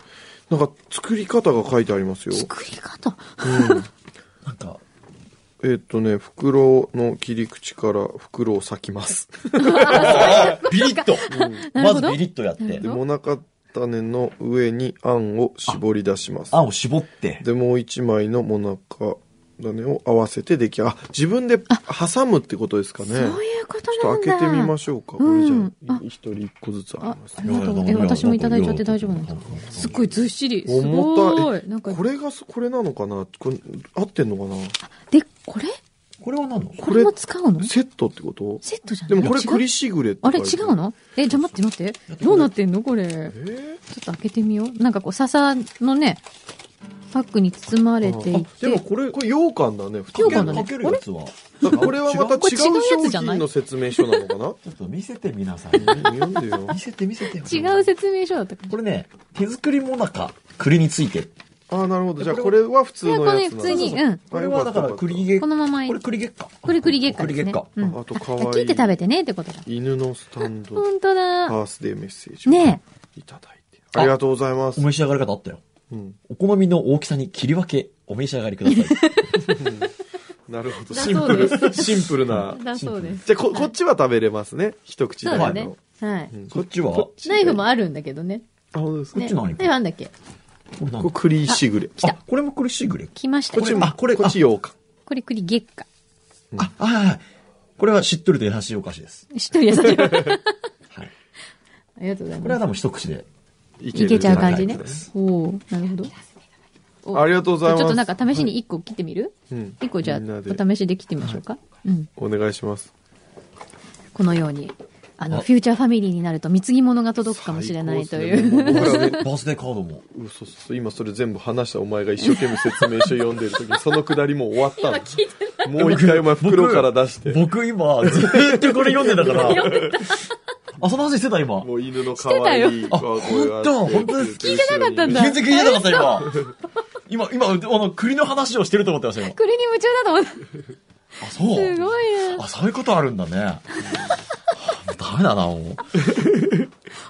Speaker 5: なんか作り方が書いてあ りますよ。
Speaker 4: 作り方。
Speaker 2: い。なんか、
Speaker 5: えーっとね、袋の切り口から袋 を裂きます。
Speaker 2: ビリッと。まずビリッとやって。
Speaker 5: で、もなか種の上にあんを絞り出します。
Speaker 2: あを絞って。
Speaker 5: で、もう一枚のもなか種を合わせて出来上があ、自分で挟むってことですかね。
Speaker 4: そういうこと
Speaker 5: ちょ
Speaker 4: な
Speaker 5: っ
Speaker 4: ん
Speaker 5: と
Speaker 4: だ。
Speaker 5: 開けてみましょうか。こ
Speaker 4: うん
Speaker 5: れじゃ
Speaker 4: あ
Speaker 5: あ、一人一個ずつあ
Speaker 4: あ
Speaker 5: ります
Speaker 4: あ。りがとう。え、私もいただいちゃって大丈夫なんですかすっごいずっしり。すご
Speaker 5: 重
Speaker 4: い
Speaker 5: た。い。
Speaker 4: なんか、
Speaker 5: これがそ、これなのかなこれ合ってんのかな
Speaker 4: で、これ
Speaker 2: これは何の
Speaker 4: これも使うの
Speaker 5: セットってこと
Speaker 4: セットじゃな
Speaker 5: で
Speaker 4: い
Speaker 5: もこれ
Speaker 4: 違う
Speaker 5: 栗しぐれって
Speaker 4: あ
Speaker 5: 書いて
Speaker 4: れ
Speaker 5: る
Speaker 4: 違うのえ、じゃあ待って待って。どうなってんのこれ。ちょっ
Speaker 5: えー
Speaker 4: と開けてみよう。なんかこう、笹のね、パックに包まれてい
Speaker 5: あで
Speaker 4: て。
Speaker 5: もこれ、これ羊羹だね、普通
Speaker 4: 羊 羹だね
Speaker 2: かけるやつは。
Speaker 5: だからこれはまた
Speaker 4: これ
Speaker 5: 違
Speaker 4: 違うやつ
Speaker 5: う
Speaker 4: じゃ
Speaker 5: 商
Speaker 4: ない
Speaker 5: 品の説明書なのか な
Speaker 2: ちょっと見せてみなさい。
Speaker 5: 読んでよ。
Speaker 2: 見せて見せて。
Speaker 4: 違う。説明書だったかも
Speaker 2: これね、手作りもなか、栗について。
Speaker 5: ああ、なるほど。じゃあこれは普通
Speaker 4: いや、
Speaker 5: の
Speaker 4: これ
Speaker 5: やつ
Speaker 4: 普
Speaker 5: な
Speaker 4: 通に、うん。
Speaker 2: これはだから栗げ、
Speaker 4: こ
Speaker 2: こ
Speaker 4: のままいい
Speaker 2: れ。栗月下。
Speaker 4: これ栗月下ですね。
Speaker 2: 栗月下。
Speaker 4: うん
Speaker 5: あと可愛い
Speaker 4: 切って食べてねってことだ。
Speaker 5: 犬のスタンド、
Speaker 4: 本当だ。
Speaker 5: バースデーメッセージを
Speaker 4: ね
Speaker 5: いただいて。ありがとうございます
Speaker 2: お。召し上がり方あったよ。
Speaker 5: うん
Speaker 2: お好みの大きさに切り分け、お召し上がりくだ さい。
Speaker 5: なるほど。
Speaker 4: だ
Speaker 5: シン
Speaker 4: そ
Speaker 5: プ
Speaker 4: うで
Speaker 5: ル。シンプルな
Speaker 4: え。。だそうです。
Speaker 5: じゃあこ、こっちは食べれますね。一口
Speaker 4: そう
Speaker 5: 大
Speaker 4: だ
Speaker 5: の。
Speaker 4: ね。はい。
Speaker 5: うん
Speaker 2: こっちは
Speaker 5: こっち
Speaker 4: ナイフもあるんだけどね。
Speaker 5: あ、本当ですか
Speaker 2: こっ
Speaker 4: ね
Speaker 2: ち何
Speaker 4: ナイフあんだっけ
Speaker 2: これ何
Speaker 5: これ栗しぐれ。こ
Speaker 2: あ、これも栗しぐれ。
Speaker 4: 来ました。
Speaker 5: っちも、
Speaker 2: あこれ
Speaker 5: こっち羊羹。
Speaker 4: これ栗月下。
Speaker 2: あ、はいはいはい。これはしっとりと優しいお菓子です。
Speaker 4: しっとり優しい。
Speaker 2: はい。
Speaker 4: ありがとうござい
Speaker 2: こ
Speaker 4: ま
Speaker 2: れは多分一 口で。
Speaker 5: い
Speaker 4: す。いけちゃう感じね
Speaker 5: タイプです。
Speaker 4: おおなるほど。お
Speaker 5: ありがとうございます
Speaker 4: ちょっとなんか試しに一個切ってみる
Speaker 5: うん
Speaker 4: 一個じゃあ
Speaker 5: みんなで
Speaker 4: お試しで切ってみましょうか。うん。
Speaker 5: お願いします。
Speaker 4: このように。あの、
Speaker 2: あ
Speaker 4: フューチャーファミリーになると貢ぎ物が届くかもしれないという。
Speaker 2: バ
Speaker 5: 最高ですねもう僕らね
Speaker 2: ースデーカードも。
Speaker 5: うそうそう今それ全部話したお前が一生懸命説明書読んでる時にそのくだりもう終わったの
Speaker 4: 聞いて
Speaker 5: もう一回お前袋から出しても
Speaker 2: 僕今、ずーっとこれ読んでた から。あ、その話してた今。
Speaker 5: う犬の可愛い
Speaker 2: たよあ本当本当です
Speaker 5: 聞い
Speaker 4: なかったんだ
Speaker 2: 全然聞いてなかった 今。今、今、あの、栗の話をしてると思ってましたよ。
Speaker 4: 栗に夢中だと思った。
Speaker 2: あ、そ う。
Speaker 4: すごいね。
Speaker 2: あ、そういうことあるんだね。 はあダメだな、も う。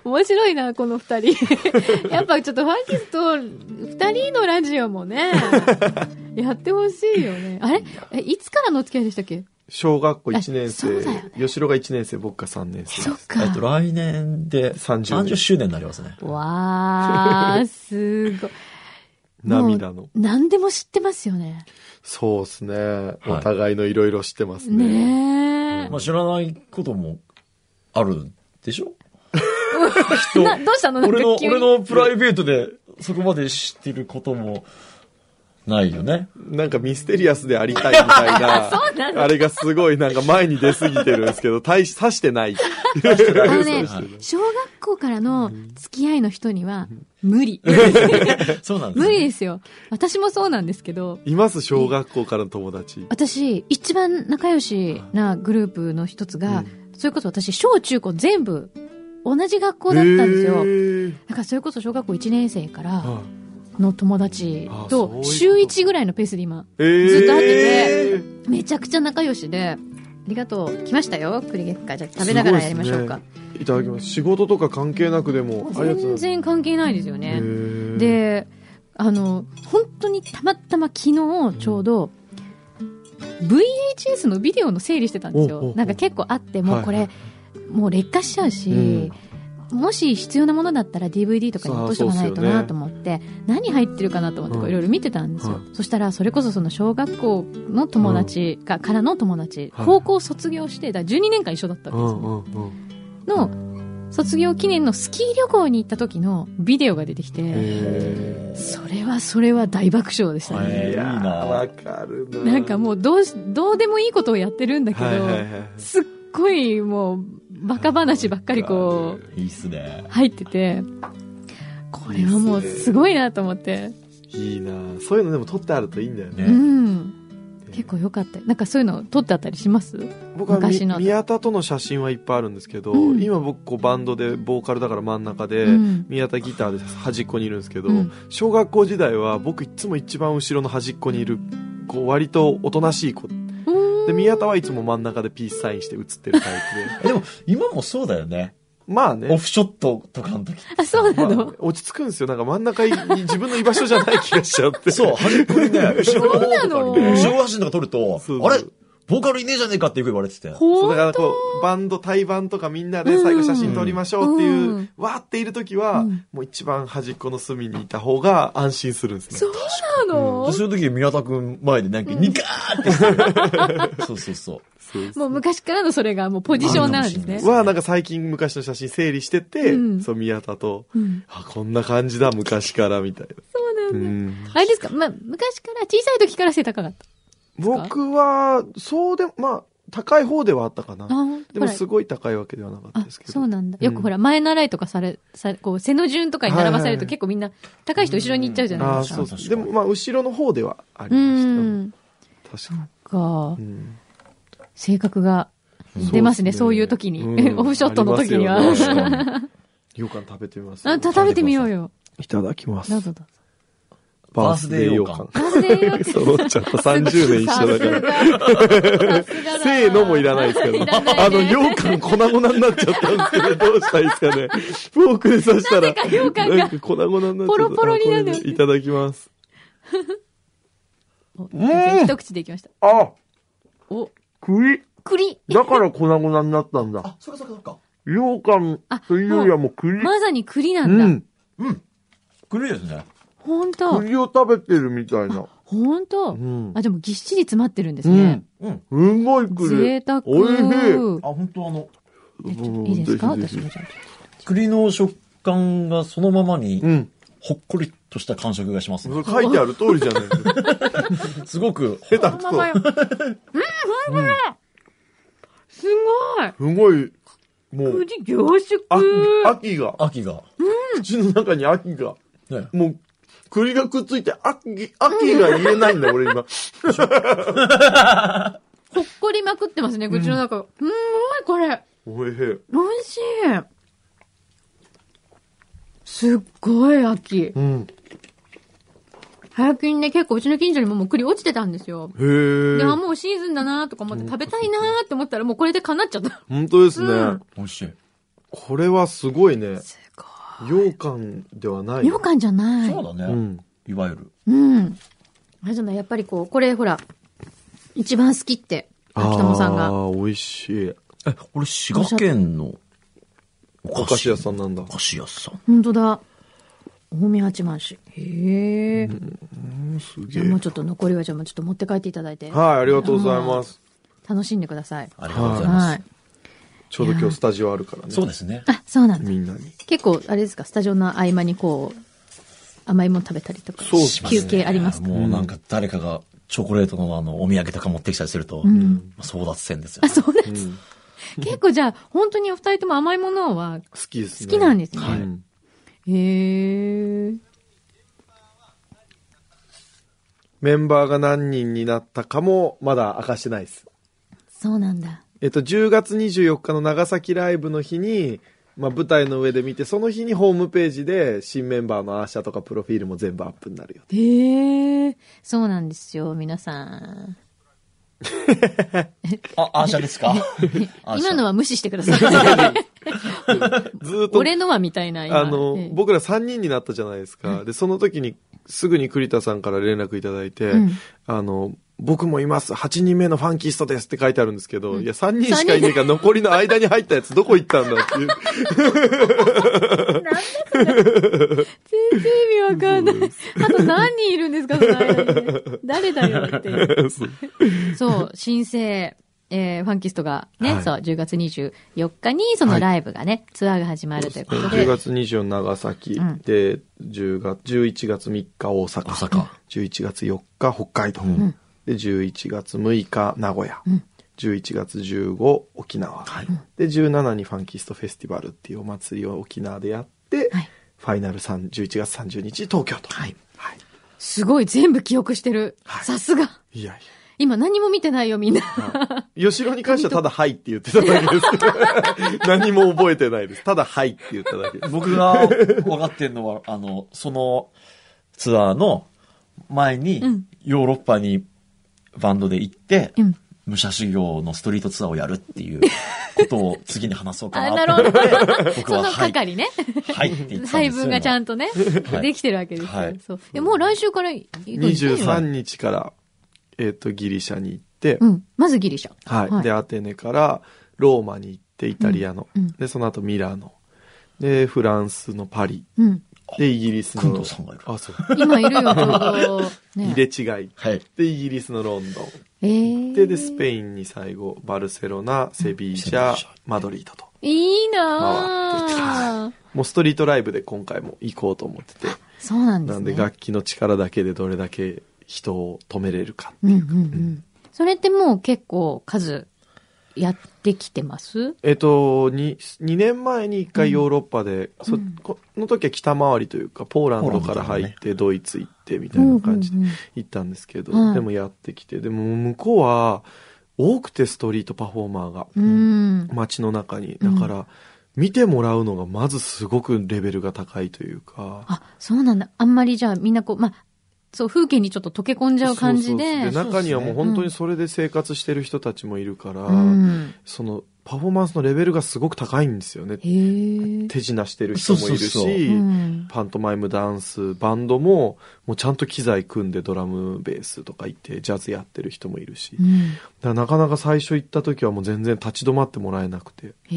Speaker 4: 面白いな、この二人。 やっぱちょっとファンキスと二人のラジオもね、やってほしいよね。あれえ、いつからのお付き合いでしたっけ
Speaker 5: 小学校1年
Speaker 4: そうだよね
Speaker 5: 生吉野が1年生僕が3年生
Speaker 4: そ
Speaker 5: で
Speaker 4: っ
Speaker 5: す
Speaker 2: えっと、
Speaker 4: か。
Speaker 2: 来年で
Speaker 5: 30
Speaker 2: 30周年になりますね。
Speaker 4: わー、すごい。
Speaker 5: 涙の
Speaker 4: もう何でも知ってますよね。
Speaker 5: そうですねお互いのいろいろ知ってますね
Speaker 4: ねえ。
Speaker 2: まあ、知らないこともあるで しょ
Speaker 4: な、どうしたのなんか
Speaker 2: 俺の、
Speaker 4: 急に
Speaker 2: 俺のプライベートでそこまで知ってることもない よね。
Speaker 5: なんかミステリアスでありたいみたい
Speaker 4: そうなの
Speaker 5: なあれがすごいなんか前に出過ぎてるんですけど大し刺してない
Speaker 4: あ のね
Speaker 2: そうで、
Speaker 4: 小学校からの付き合いの人には、無理。
Speaker 2: そうなんです、
Speaker 4: 無理
Speaker 2: ね。
Speaker 4: ですよ。私もそうなんですけど、
Speaker 5: います小学校からの友達
Speaker 4: 私、一番仲良しなグループの一つが、それこそ私、小中高全部、同じ学校だったんですよ。
Speaker 5: へ
Speaker 4: だからそれこそ小学校1年生から
Speaker 5: ー
Speaker 4: の友達
Speaker 5: あそうい
Speaker 4: と
Speaker 5: うこと
Speaker 4: 週1ぐらいのペースで今、
Speaker 5: えー
Speaker 4: ずっと会ってて、めちゃくちゃ仲良しで、ありがとう。来ましたよ、栗月花。じゃあ食べながらやりましょうか。
Speaker 5: いただきます仕事とか関係なくでもあり
Speaker 4: 全
Speaker 5: がとうござい
Speaker 4: 然関係ないですよ
Speaker 5: ます
Speaker 4: ね。
Speaker 5: へー
Speaker 4: で、あの、本当にたまたま昨日ちょうど、VHS のビデオの整理してたんです
Speaker 5: おうおう
Speaker 4: よ
Speaker 5: お。う
Speaker 4: なんか結構あって、もうこれ、
Speaker 5: は
Speaker 4: もう劣化しちゃうし、もし必要なものだったら DVD とかに落としておかないと
Speaker 5: そうそうっすよ
Speaker 4: な
Speaker 5: ね
Speaker 4: と思って、何入ってるかなと思ってこ
Speaker 5: う
Speaker 4: うんいろいろ見てたんですよ。
Speaker 5: は
Speaker 4: そしたら、それこそその小学校の友達が、からの友達、
Speaker 5: はい
Speaker 4: 高校卒業して、だから12年間一緒だったん
Speaker 5: う
Speaker 4: ですよ。
Speaker 5: んうんうん
Speaker 4: の、卒業記念のスキー旅行に行った時のビデオが出てきて、
Speaker 5: へ
Speaker 4: それはそれは大爆笑でしたね。
Speaker 5: ー
Speaker 2: えーいいな
Speaker 5: わかるな
Speaker 4: なんかもうどうし、どうでもいいことをやってるんだけど、
Speaker 5: はいはいはい
Speaker 4: すっごいもう、バカ話ばっかりこう、
Speaker 2: いいっすね。
Speaker 4: 入ってて、これはもうすごいなと思って、
Speaker 5: いいなそういうのでも撮ってあるといいんだよね
Speaker 2: ね
Speaker 4: うん。結構良かった。なんかそういうの撮ってあったりします
Speaker 5: 僕はみ
Speaker 4: 昔の
Speaker 5: 宮田との写真はいっぱいあるんですけど
Speaker 4: うん
Speaker 5: 今僕こうバンドでボーカルだから真ん中で
Speaker 4: うん
Speaker 5: 宮田ギターで端っこにいるんですけど
Speaker 4: うん
Speaker 5: 小学校時代は僕いつも一番後ろの端っこにいるこう割とおとなしい子
Speaker 4: う
Speaker 5: で宮田はいつも真ん中でピースサインして写ってるタイプで
Speaker 2: でも、今もそうだよね。
Speaker 5: まあ
Speaker 2: オ
Speaker 5: ね
Speaker 2: フショットとかの時。
Speaker 4: あ、そうな
Speaker 5: ま
Speaker 4: の、
Speaker 5: あ落ち着くんですよなんか真ん中に自分の居場所 じゃない気がしちゃって
Speaker 2: そう、端っこにね、後ろの方とか
Speaker 4: そ
Speaker 2: に、
Speaker 4: うなの
Speaker 2: ね、後ろ写真とか撮ると
Speaker 5: そう、そう
Speaker 2: あれボーカルいねえじゃねえかってよく言われてて。
Speaker 4: ほ
Speaker 6: そうだか
Speaker 4: う
Speaker 6: らこう、バンド、対バンとかみんなで最後写真撮りましょうっていうう、
Speaker 4: ん
Speaker 6: わーっている時は、
Speaker 4: うん
Speaker 6: もう一番端っこの隅にいた方が安心するんですね。
Speaker 4: そうなの、
Speaker 2: で、その時宮田くん前でなんか、ニカーってして る。そうそうそう。
Speaker 4: もう昔からのそれがもうポジションなんですね。
Speaker 6: は、なんか最近昔の写真整理してて、
Speaker 4: うん
Speaker 6: そう、宮田と、
Speaker 4: うん、
Speaker 6: あ、こんな感じだ、昔から、みたい
Speaker 4: そう
Speaker 6: な。う
Speaker 4: なんだ。
Speaker 6: ん。
Speaker 4: あれですかまあ、昔から、小さい時から背高かった。
Speaker 5: 僕は、そうで、まあ、高い方ではあったか
Speaker 4: あ、
Speaker 5: な。
Speaker 4: ほんと
Speaker 6: で
Speaker 4: ほ
Speaker 6: も
Speaker 4: ら
Speaker 6: すごい高いわけではなかった
Speaker 4: あ
Speaker 6: ですけど。
Speaker 4: そうなんだ。よく
Speaker 6: うん
Speaker 4: ほら、前習いとかされ、さこう、背の順とかに並ばさ
Speaker 6: はいは
Speaker 4: れる
Speaker 6: いは
Speaker 4: と
Speaker 6: い
Speaker 4: 結構みんな、高い人後ろに行っちゃうじゃない
Speaker 6: あ
Speaker 4: で
Speaker 6: あ、
Speaker 4: す
Speaker 6: そ
Speaker 4: か
Speaker 6: う。
Speaker 2: 確かに
Speaker 6: でも、まあ、後ろの方ではあり
Speaker 4: う
Speaker 6: ましたうん。
Speaker 4: ん。
Speaker 6: 確か
Speaker 4: か
Speaker 6: に。う、ん
Speaker 4: 性格が出ますね、
Speaker 6: そうですね
Speaker 4: そういう時に。
Speaker 6: うん
Speaker 4: オフショットの時には。
Speaker 6: あり
Speaker 4: あ
Speaker 6: ますよね
Speaker 2: 確か
Speaker 6: よ
Speaker 2: に
Speaker 6: うかん食べてみます。
Speaker 4: た食べてみようよ。
Speaker 6: いただきます
Speaker 4: どう。ぞどうぞ。
Speaker 6: バースデーようかん。
Speaker 4: バースデーよって。
Speaker 6: 揃っちゃった。30年一緒だから。
Speaker 4: ら。さすがだ
Speaker 6: せーのもいらないですけど、
Speaker 4: いらないね
Speaker 6: あの、羊羹粉々になっちゃったんですけど、どうしたらいいですか ね。フォークで刺したら、
Speaker 4: なぜか羊羹が
Speaker 6: なんか粉々になっちゃった。
Speaker 4: ポロポロにな
Speaker 6: あ
Speaker 4: る
Speaker 6: これでいただきます。
Speaker 4: お先生一口でいきました。
Speaker 5: あ、
Speaker 4: お、
Speaker 5: 栗。
Speaker 4: 栗。
Speaker 5: だから粉々になったんだ。
Speaker 2: あ、そっかそっかそっか。
Speaker 5: 羊羹というよりはもう栗。
Speaker 4: まさに栗な
Speaker 5: うん
Speaker 4: だ。
Speaker 5: ん。
Speaker 2: くるいですね。
Speaker 4: ほんと。
Speaker 5: 栗を食べてるみたいな。
Speaker 4: ほんと
Speaker 5: う。ん。
Speaker 4: あ、でもぎっしり詰まってるんですね。
Speaker 2: うん。
Speaker 5: すごい栗。
Speaker 4: 贅沢。
Speaker 5: おいしい。
Speaker 2: あ、本当あの、
Speaker 4: えちょっといいですか
Speaker 5: うんぜひ
Speaker 4: 私
Speaker 5: ぜひ
Speaker 4: もじゃあ。
Speaker 2: 栗の食感がそのままに、
Speaker 5: うん。
Speaker 2: ほっこりとした感触がします
Speaker 5: そ
Speaker 2: ね、
Speaker 5: れ書いてある通りじゃない ですか。
Speaker 2: すごく、
Speaker 5: 下手く
Speaker 4: ままよ。うん、ほんとだすごい
Speaker 5: そ。すごい、もう、
Speaker 4: 栗凝縮
Speaker 5: 秋、秋が、
Speaker 2: 秋が、
Speaker 5: 口の中に秋が、
Speaker 2: ね、
Speaker 5: もう、栗がくっついて、秋、秋が言えないんだ、俺
Speaker 4: ほ
Speaker 5: 今。
Speaker 4: っこりまくってますね、口の中。すんごいこれ。
Speaker 5: おいしい。
Speaker 4: 美味しい。すっごい秋。
Speaker 5: うん。
Speaker 4: 早くにね、結構うちの近所にももう栗落ちてたんですよ。
Speaker 5: へえ
Speaker 4: で、。あ、もうシーズンだなとか思って食べたいなって思ったらもうこれで叶っちゃった。
Speaker 5: 本当ですね。
Speaker 4: うん
Speaker 2: 美味しい。
Speaker 5: これはすごいね。
Speaker 4: すご
Speaker 5: 羊羹ではない。
Speaker 4: い。羊羹じゃない。
Speaker 2: そうだ
Speaker 5: う
Speaker 2: ね。
Speaker 5: ん。
Speaker 2: いわゆる。
Speaker 4: うん。あれじゃない、やっぱりこう、これほら、一番好きって、秋友さん
Speaker 5: あ
Speaker 4: が。
Speaker 5: ー美味しい。
Speaker 2: え、俺、滋賀県の
Speaker 5: お
Speaker 2: お
Speaker 5: 菓子屋さんなんだ
Speaker 2: お。菓子屋さん。
Speaker 4: 本当だ。大宮八幡市。へえ。
Speaker 5: す
Speaker 4: じ
Speaker 5: げ
Speaker 4: ゃあ
Speaker 5: え
Speaker 4: もう。ちょっと残りはじゃあもうちょっと持って帰っていただいて、
Speaker 5: はい、ありがとうございます。
Speaker 4: 楽しんでください。
Speaker 2: ありがとうございま
Speaker 4: は
Speaker 2: す
Speaker 4: い。。
Speaker 5: ちょうど今日スタジオあるからね。
Speaker 2: そうですね。
Speaker 4: あ、そうなんだ。
Speaker 5: みんなに。
Speaker 4: 結構、あれですか、スタジオの合間にこう、甘いもの食べたりとか、
Speaker 5: そうし
Speaker 4: 休憩ありますか
Speaker 2: もうなんか誰かがチョコレートのあの、お土産とか持ってきたりすると、
Speaker 4: ん
Speaker 2: まあ争奪戦ですよ
Speaker 4: あ、。そうなんです。結構じゃあ、本当にお二人とも甘いものは
Speaker 5: 好きです
Speaker 4: 好
Speaker 5: ね。
Speaker 4: きなんですね。
Speaker 5: はい。
Speaker 4: へえ。
Speaker 5: メンバーが何人になったかも、まだ明かしてないです。
Speaker 4: そうなんだ。
Speaker 5: えっと、10月24日の長崎ライブの日に、まあ、舞台の上で見て、その日にホームページで、新メンバーのアーシャとかプロフィールも全部アップになるよ。
Speaker 4: へえ。そうなんですよ、皆さん。
Speaker 2: あ、アーシャです かアーシャ
Speaker 4: 今のは無視してください。
Speaker 5: ずーっと、
Speaker 4: 俺のはみたいな、今
Speaker 5: あの
Speaker 4: ええ、
Speaker 5: 僕ら3人になったじゃないですか。で、その時に、すぐに栗田さんから連絡いただいて、
Speaker 4: うん
Speaker 5: あの、僕もいます。8人目のファンキストですって書いてあるんですけど、いや、3人しかいねえから残りの間に入ったやつどこ行ったんだっていう。
Speaker 4: 全然意味わかんない。あと何人いるんですか、その間に誰だよっていう。そう、新生、えーファンキストがね、
Speaker 5: はい
Speaker 4: そう、10月24日にそのライブがね、ツアーが始まるということで。
Speaker 5: 10月24長崎、
Speaker 4: うん
Speaker 5: で10月11月3日大阪
Speaker 2: 大阪
Speaker 5: 11月4日北海道、で11月6日名古屋、11月15沖縄、で17にファンキストフェスティバルっていうお祭りを沖縄でやって、
Speaker 4: はい
Speaker 5: ファイナル3 11月30日東京とはい、い、
Speaker 4: すごい、全部記憶してる。
Speaker 5: はい
Speaker 4: さすが。
Speaker 5: やい
Speaker 4: 今何も見てないよ、みんな。
Speaker 5: や吉郎に関してはただ「はい」って言ってただけです 何も覚えてないですただ「はい」って言っただけです
Speaker 2: 僕が分かってるのは、あの、そのツアーの前に
Speaker 4: うん、
Speaker 2: ヨーロッパにバンドで行って、
Speaker 4: うん
Speaker 2: 武者修行のストリートツアーをやるっていうことを次に話そうか
Speaker 4: あ、
Speaker 2: な
Speaker 4: な
Speaker 2: と思
Speaker 4: る
Speaker 2: っ
Speaker 4: ほど。
Speaker 2: て、僕
Speaker 4: その
Speaker 2: は、はい、
Speaker 4: 係ね。
Speaker 2: はいって言ってたん
Speaker 4: 配
Speaker 2: ですよ。
Speaker 4: 分がちゃんとね、
Speaker 2: はい
Speaker 4: できてるわけですよ。
Speaker 2: はい
Speaker 4: そう。え、もう来週から行くんですね
Speaker 5: 23日から、えっ、と、ギリシャに行っって、
Speaker 4: うん。まずギリシャ。
Speaker 5: はい。
Speaker 4: はい
Speaker 5: で、アテネからローマに行って、イタリアの、
Speaker 4: うんうん
Speaker 5: で、その後ミラノ。で、フランスのパリ。
Speaker 4: うん。
Speaker 5: で、イギリスの。
Speaker 2: 工藤さんがいる
Speaker 5: あ、そう。
Speaker 4: 今いるよ、ちょうど。ね
Speaker 5: 入れ違い。
Speaker 2: はい。
Speaker 5: で、イギリスのロンド
Speaker 4: えー
Speaker 5: ン。で、で、スペインに最後、バルセロナ、セビージャ
Speaker 2: セビージャ、
Speaker 5: マドリードと。
Speaker 4: いいなぁ。
Speaker 5: もうストリートライブで今回も行こうと思ってて。
Speaker 4: そうなんで
Speaker 5: な
Speaker 4: す
Speaker 5: ん
Speaker 4: ね。
Speaker 5: で、楽器の力だけでどれだけ人を止めれるか。
Speaker 4: うんうんうん。それってもう結構数やってきてます
Speaker 5: えっと、2, 2年前に1回ヨーロッパで、そ
Speaker 4: うん
Speaker 5: この時は北回りというか、ポーランドから入って、ドイツ行ってみたいな感じで
Speaker 4: うんうんうん
Speaker 5: 行ったんですけど、
Speaker 4: はい
Speaker 5: でもやってきて、でも向こうは多くてストリートパフォーマーが、
Speaker 4: うん。
Speaker 5: 街の中に。
Speaker 4: う
Speaker 5: だ
Speaker 4: ん
Speaker 5: から、見てもらうのがまずすごくレベルが高いというか、
Speaker 4: あ、そうなんだ。あんまりじゃあみんなこう、まあ、そう、風景にちょっと溶け込んじゃう感じ
Speaker 5: そうそうそ
Speaker 4: で。
Speaker 5: う中にはもう本当にそれで生活してる人たちもいるから、
Speaker 4: うん。
Speaker 5: そのパフォーマンスのレベルがすごく高いんですよね。
Speaker 4: へえ。
Speaker 5: 手品してる人もいるし、
Speaker 2: そうそうそう
Speaker 4: うん
Speaker 5: パントマイムダンスバンドももうちゃんと機材組んでドラムベースとかいてジャズやってる人もいるし、
Speaker 4: う
Speaker 5: だか
Speaker 4: ん。
Speaker 5: らなかなか最初行った時はもう全然立ち止まってもらえなくて
Speaker 4: へえ
Speaker 2: う。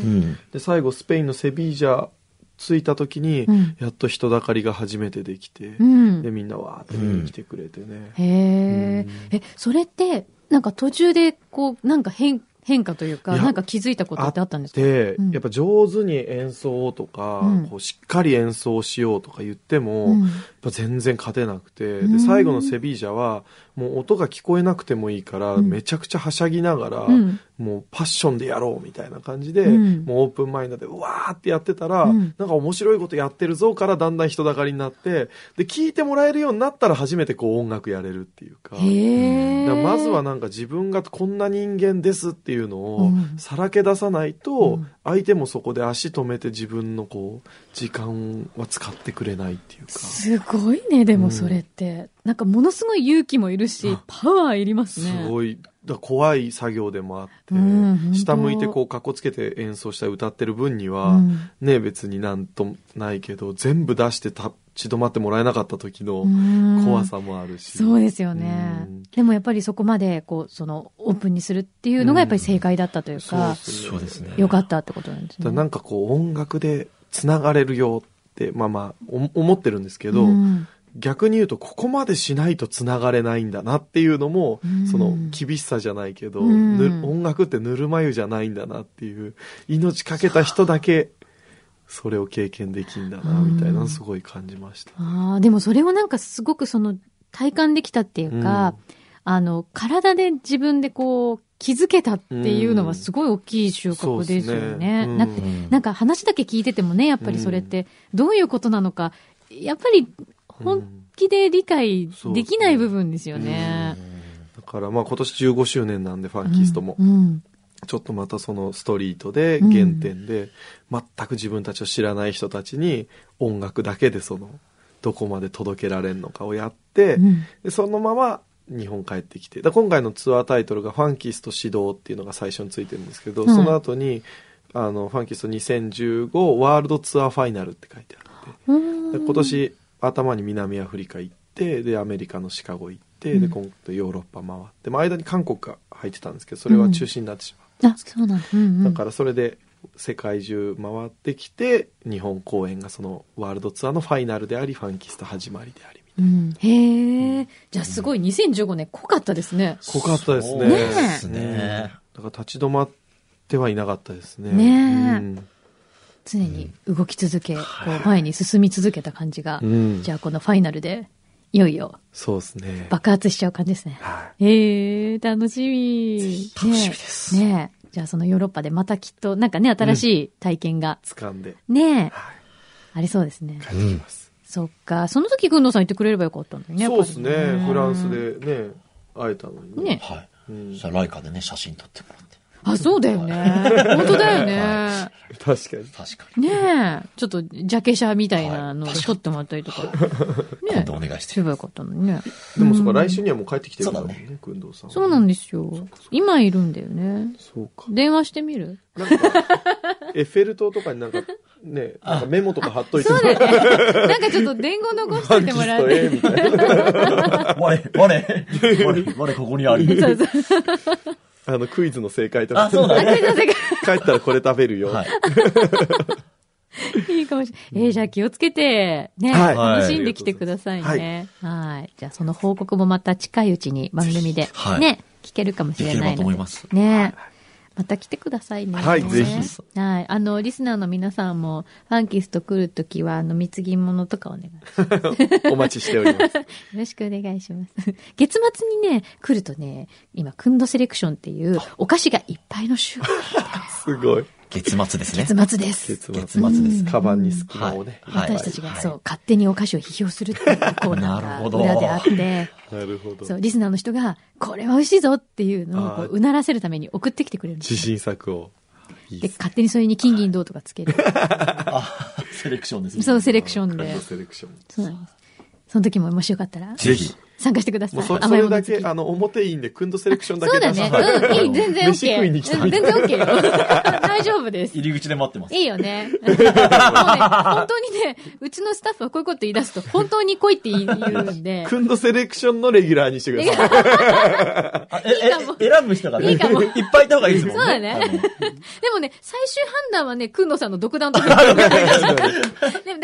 Speaker 2: ん。
Speaker 5: で最後スペインのセビージャ着いた時に、
Speaker 4: うん
Speaker 5: やっと人だかりが初めてできて、
Speaker 4: うん
Speaker 5: でみんなわーって見に来てくれてね、
Speaker 4: へえ。え、それって、なんか途中で、こう、なんか変、変化というか、
Speaker 5: いや
Speaker 4: なんか気づいたことってあったんですか
Speaker 5: で、
Speaker 4: うん
Speaker 5: やっぱ上手に演奏をとか、
Speaker 4: うん
Speaker 5: こうしっかり演奏しようとか言っても、
Speaker 4: うん
Speaker 5: やっぱ全然勝てなくて、
Speaker 4: うん
Speaker 5: で最後のセビージャはもう音が聞こえなくてもいいから、
Speaker 4: うん
Speaker 5: めちゃくちゃはしゃぎながら、
Speaker 4: うん
Speaker 5: もうパッションでやろうみたいな感じで、
Speaker 4: うん
Speaker 5: もうオープンマインドでうわーってやってたら、
Speaker 4: うん
Speaker 5: なんか面白いことやってるぞからだんだん人だかりになってで聞いてもらえるようになったら初めてこう音楽やれるっていうか。
Speaker 4: へえ。
Speaker 5: だからまずはなんか自分がこんな人間ですっていうの
Speaker 4: う
Speaker 5: を
Speaker 4: ん
Speaker 5: さらけ出さない
Speaker 4: う
Speaker 5: と
Speaker 4: ん
Speaker 5: 相手もそこで足止めて自分のこう時間は使ってくれないっていうか
Speaker 4: すごいね、でもそれって。なんかものすごい勇気もいるし、パワーいりますね。
Speaker 5: す
Speaker 4: い。
Speaker 5: ごいだから怖い作業でもあって
Speaker 4: うん本当
Speaker 5: 下向いてこうかっこつけて演奏したり歌ってる分に
Speaker 4: う
Speaker 5: は
Speaker 4: ん。
Speaker 5: ね別になんともないけど全部出して立ち止まってもらえなかった時の
Speaker 4: うん
Speaker 5: 怖さもあるし
Speaker 4: そうですよね
Speaker 5: うん。
Speaker 4: でもやっぱりそこまで、こう、その、オープンにするっていうのがやっぱり正解だったというか、
Speaker 2: そうですね。
Speaker 4: よかったってことなんです
Speaker 5: だから
Speaker 4: ね。
Speaker 5: なんかこう音楽でつながれるよってまあまあお思ってるんですけど、
Speaker 4: うん
Speaker 5: 逆に言うとここまでしないとつながれないんだなっていうのも、
Speaker 4: うん
Speaker 5: その厳しさじゃないけど、
Speaker 4: うん
Speaker 5: ぬ音楽ってぬるま湯じゃないんだなっていう命かけた人だけそれを経験できんだなみたいなのすごい感じました。
Speaker 4: ああ、でもそれをなんかすごくその体感できたっていうか、あの、体で自分でこう気づけたっていうのはすごい大きい収穫ですよね。
Speaker 5: うん
Speaker 4: だ
Speaker 5: そう
Speaker 4: っ
Speaker 5: です
Speaker 4: て
Speaker 5: ね
Speaker 2: うん
Speaker 4: なんか話だけ聞いててもね、やっぱりそれってどういうことなのか、やっぱり本気で理解できない部分ですよね。
Speaker 5: だからまあ今年15周年なんでファンキストも、
Speaker 4: うん。
Speaker 5: ちょっとまたそのストリートで原点で、全く自分たちを知らない人たちに音楽だけでそのどこまで届けられるのかをやって、
Speaker 4: うん
Speaker 5: でそのまま日本帰ってきてだから今回のツアータイトルが「ファンキスト指導」っていうのが最初についてるんですけど、
Speaker 4: はい
Speaker 5: その後にあのファンキスト2015ワールドツアーファイナル」って書いてあって。
Speaker 4: うん
Speaker 5: で今年頭に南アフリカ行ってでアメリカのシカゴ行ってで
Speaker 4: うん
Speaker 5: 今度ヨーロッパ回って、まあ、間に韓国が入ってたんですけどそれは中止になってしまったん
Speaker 4: あ
Speaker 5: ですけ、
Speaker 4: そうなんだ。うん
Speaker 5: ど、
Speaker 4: うん
Speaker 5: だからそれで世界中回ってきて日本公演がそのワールドツアーのファイナルでありファンキスタ始まりでありみたい
Speaker 4: うんへえ。じゃあすごい2015年濃かったですね。
Speaker 5: な濃かったですね
Speaker 2: そう
Speaker 4: です
Speaker 2: ね
Speaker 5: うんだから立ち止まってはいなかったですね
Speaker 4: ね常に動き続け、こう前に進み続けた感じが、
Speaker 5: うん、うん
Speaker 4: じゃあこのファイナルで、いよいよ
Speaker 5: そうですね
Speaker 4: 爆発しちゃう感じですね。
Speaker 5: は
Speaker 4: ええ楽しみ。楽しみです。ねえ。じゃあそのヨーロッパでまたきっと、なんかね、新しい体験が、
Speaker 5: い掴んで
Speaker 4: ねえ、
Speaker 5: はい
Speaker 4: ありそうですね。
Speaker 5: 帰ってきます、
Speaker 4: そっか。その時、軍藤さん行ってくれればよかったんだよね。
Speaker 5: そうですね
Speaker 4: やっぱり
Speaker 5: フランス。でね会えたのに
Speaker 4: ね
Speaker 2: はい。
Speaker 5: うん
Speaker 2: そしたらライカでね、写真撮ってもらって。
Speaker 4: あ、そうだよね。本当だよね。
Speaker 5: 確かに
Speaker 2: 確かに。
Speaker 4: ねえ。ちょっと、ジャケ写みたいなのを撮ってもらったりとか。ね
Speaker 2: 今度お願いして
Speaker 4: すればよかったのにね。
Speaker 5: でもそっか、来週にはもう帰ってきてるんだもん
Speaker 2: そう
Speaker 5: ね、くんどうさんは。
Speaker 4: そうなんですよ。今いるんだよね。
Speaker 5: そうか。
Speaker 4: 電話してみる
Speaker 5: なんか、エッフェル塔とかになんか、ね、なんかメモとか貼っといて
Speaker 4: そうだね。なんかちょっと伝言残しといてもらっ
Speaker 5: ええ
Speaker 4: て。
Speaker 5: みたいな。
Speaker 2: 我、我、我、我ここにあり。
Speaker 4: そうそう。
Speaker 5: あの、クイズの正解とか。
Speaker 2: あ、そうだ
Speaker 4: あ、ク
Speaker 2: ね。
Speaker 4: イズの世
Speaker 5: 帰ったらこれ食べるよ。
Speaker 2: はい。
Speaker 4: 界いいかもしれない。えー、じゃあ気をつけて、ね、
Speaker 5: はい
Speaker 4: 楽しんできてくださいね。はい。じゃあその報告もまた近いうちに番組で、
Speaker 2: はい
Speaker 4: ね、聞けるかもし
Speaker 2: で
Speaker 4: れ
Speaker 2: きれ
Speaker 4: な
Speaker 2: ば
Speaker 4: い
Speaker 2: と
Speaker 4: の
Speaker 2: 思い
Speaker 4: で。
Speaker 2: ます。
Speaker 4: ねまた来てくださいね。
Speaker 5: はいぜひ。
Speaker 4: はい。あの、リスナーの皆さんも、ファンキスト来るときは、あの、貢ぎ物とかお願いします。
Speaker 5: お待ちしております。
Speaker 4: よろしくお願いします。 月末にね、来るとね、今、クンドセレクションっていうお菓子がいっぱいの集
Speaker 5: すごい。
Speaker 2: 月末です ね。
Speaker 4: 月末です。
Speaker 5: 結末。
Speaker 2: 月末です。
Speaker 5: カバンに隙間をね。
Speaker 2: はい
Speaker 4: 私たちが
Speaker 2: はい
Speaker 4: そう、勝手にお菓子を批評するっていうコー ナ
Speaker 2: なる
Speaker 4: ー
Speaker 2: ほ
Speaker 4: が
Speaker 2: ど
Speaker 4: 裏であって、
Speaker 5: なるほど
Speaker 4: そ。う、リスナーの人が、これは美味しいぞっていうのをこ
Speaker 5: あ
Speaker 4: う
Speaker 5: ー
Speaker 4: うならせるために送ってきてくれるんです
Speaker 5: 自。信作を。いい
Speaker 4: で
Speaker 5: で、す
Speaker 4: 勝手にそれに金銀銅とかつける。
Speaker 2: あ、セレクションですね。
Speaker 4: そう、セレクション
Speaker 5: カー
Speaker 4: で
Speaker 5: ド。セレクション。
Speaker 4: そうなんです。その時ももしよかったら、
Speaker 2: ぜひ。
Speaker 4: 参加してください
Speaker 5: もう。そそ
Speaker 4: 甘い
Speaker 5: れ
Speaker 4: もの好
Speaker 5: だ
Speaker 4: き
Speaker 5: け、あの、表いいんで、クンドセレクションだ
Speaker 4: そう
Speaker 5: け
Speaker 4: だ
Speaker 5: 出
Speaker 4: ね
Speaker 5: さな
Speaker 4: う
Speaker 5: い。。
Speaker 4: ん、いい、 全然 OK。
Speaker 5: 飯食いに来た
Speaker 4: うん全然 OK よ。大丈夫です。
Speaker 2: 入り口で待ってます。
Speaker 4: いいよ ね。もうね、本当にね、うちのスタッフはこういうこと言い出すと、本当に来いって言うんで、
Speaker 5: クンドセレクションのレギュラーにしてください。
Speaker 2: あえ、
Speaker 4: いいかも
Speaker 2: え、選ぶ人がね、
Speaker 4: い
Speaker 2: い
Speaker 4: い
Speaker 2: っ
Speaker 4: かも
Speaker 2: ぱいいた方がいいですもん
Speaker 4: そうだねでもね、最終判断はね、くんのさんの独断と か。でも、だ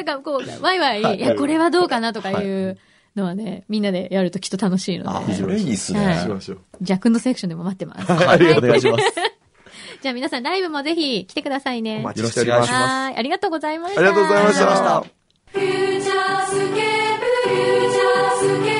Speaker 4: からこう、ワイワイ、いや、これはどうかなとかいうのはね、みんなでやるときっと楽しい
Speaker 2: あ
Speaker 4: の
Speaker 2: の、
Speaker 4: で、
Speaker 2: それいいっす
Speaker 4: は
Speaker 2: ね
Speaker 5: し。ましょう。
Speaker 4: じゃあ、くんのセレクションでも待ってます。
Speaker 2: はい、お願いします。
Speaker 4: じゃあ、皆さんライブもぜひ来てくださいね。
Speaker 5: お
Speaker 4: は
Speaker 5: 待ちしておりま
Speaker 2: よろしくお願いし
Speaker 5: す。
Speaker 2: ま
Speaker 5: あ
Speaker 4: ーい、ありがとうございました。
Speaker 5: りがとうございました。
Speaker 3: フューチャースケープフューチャースケー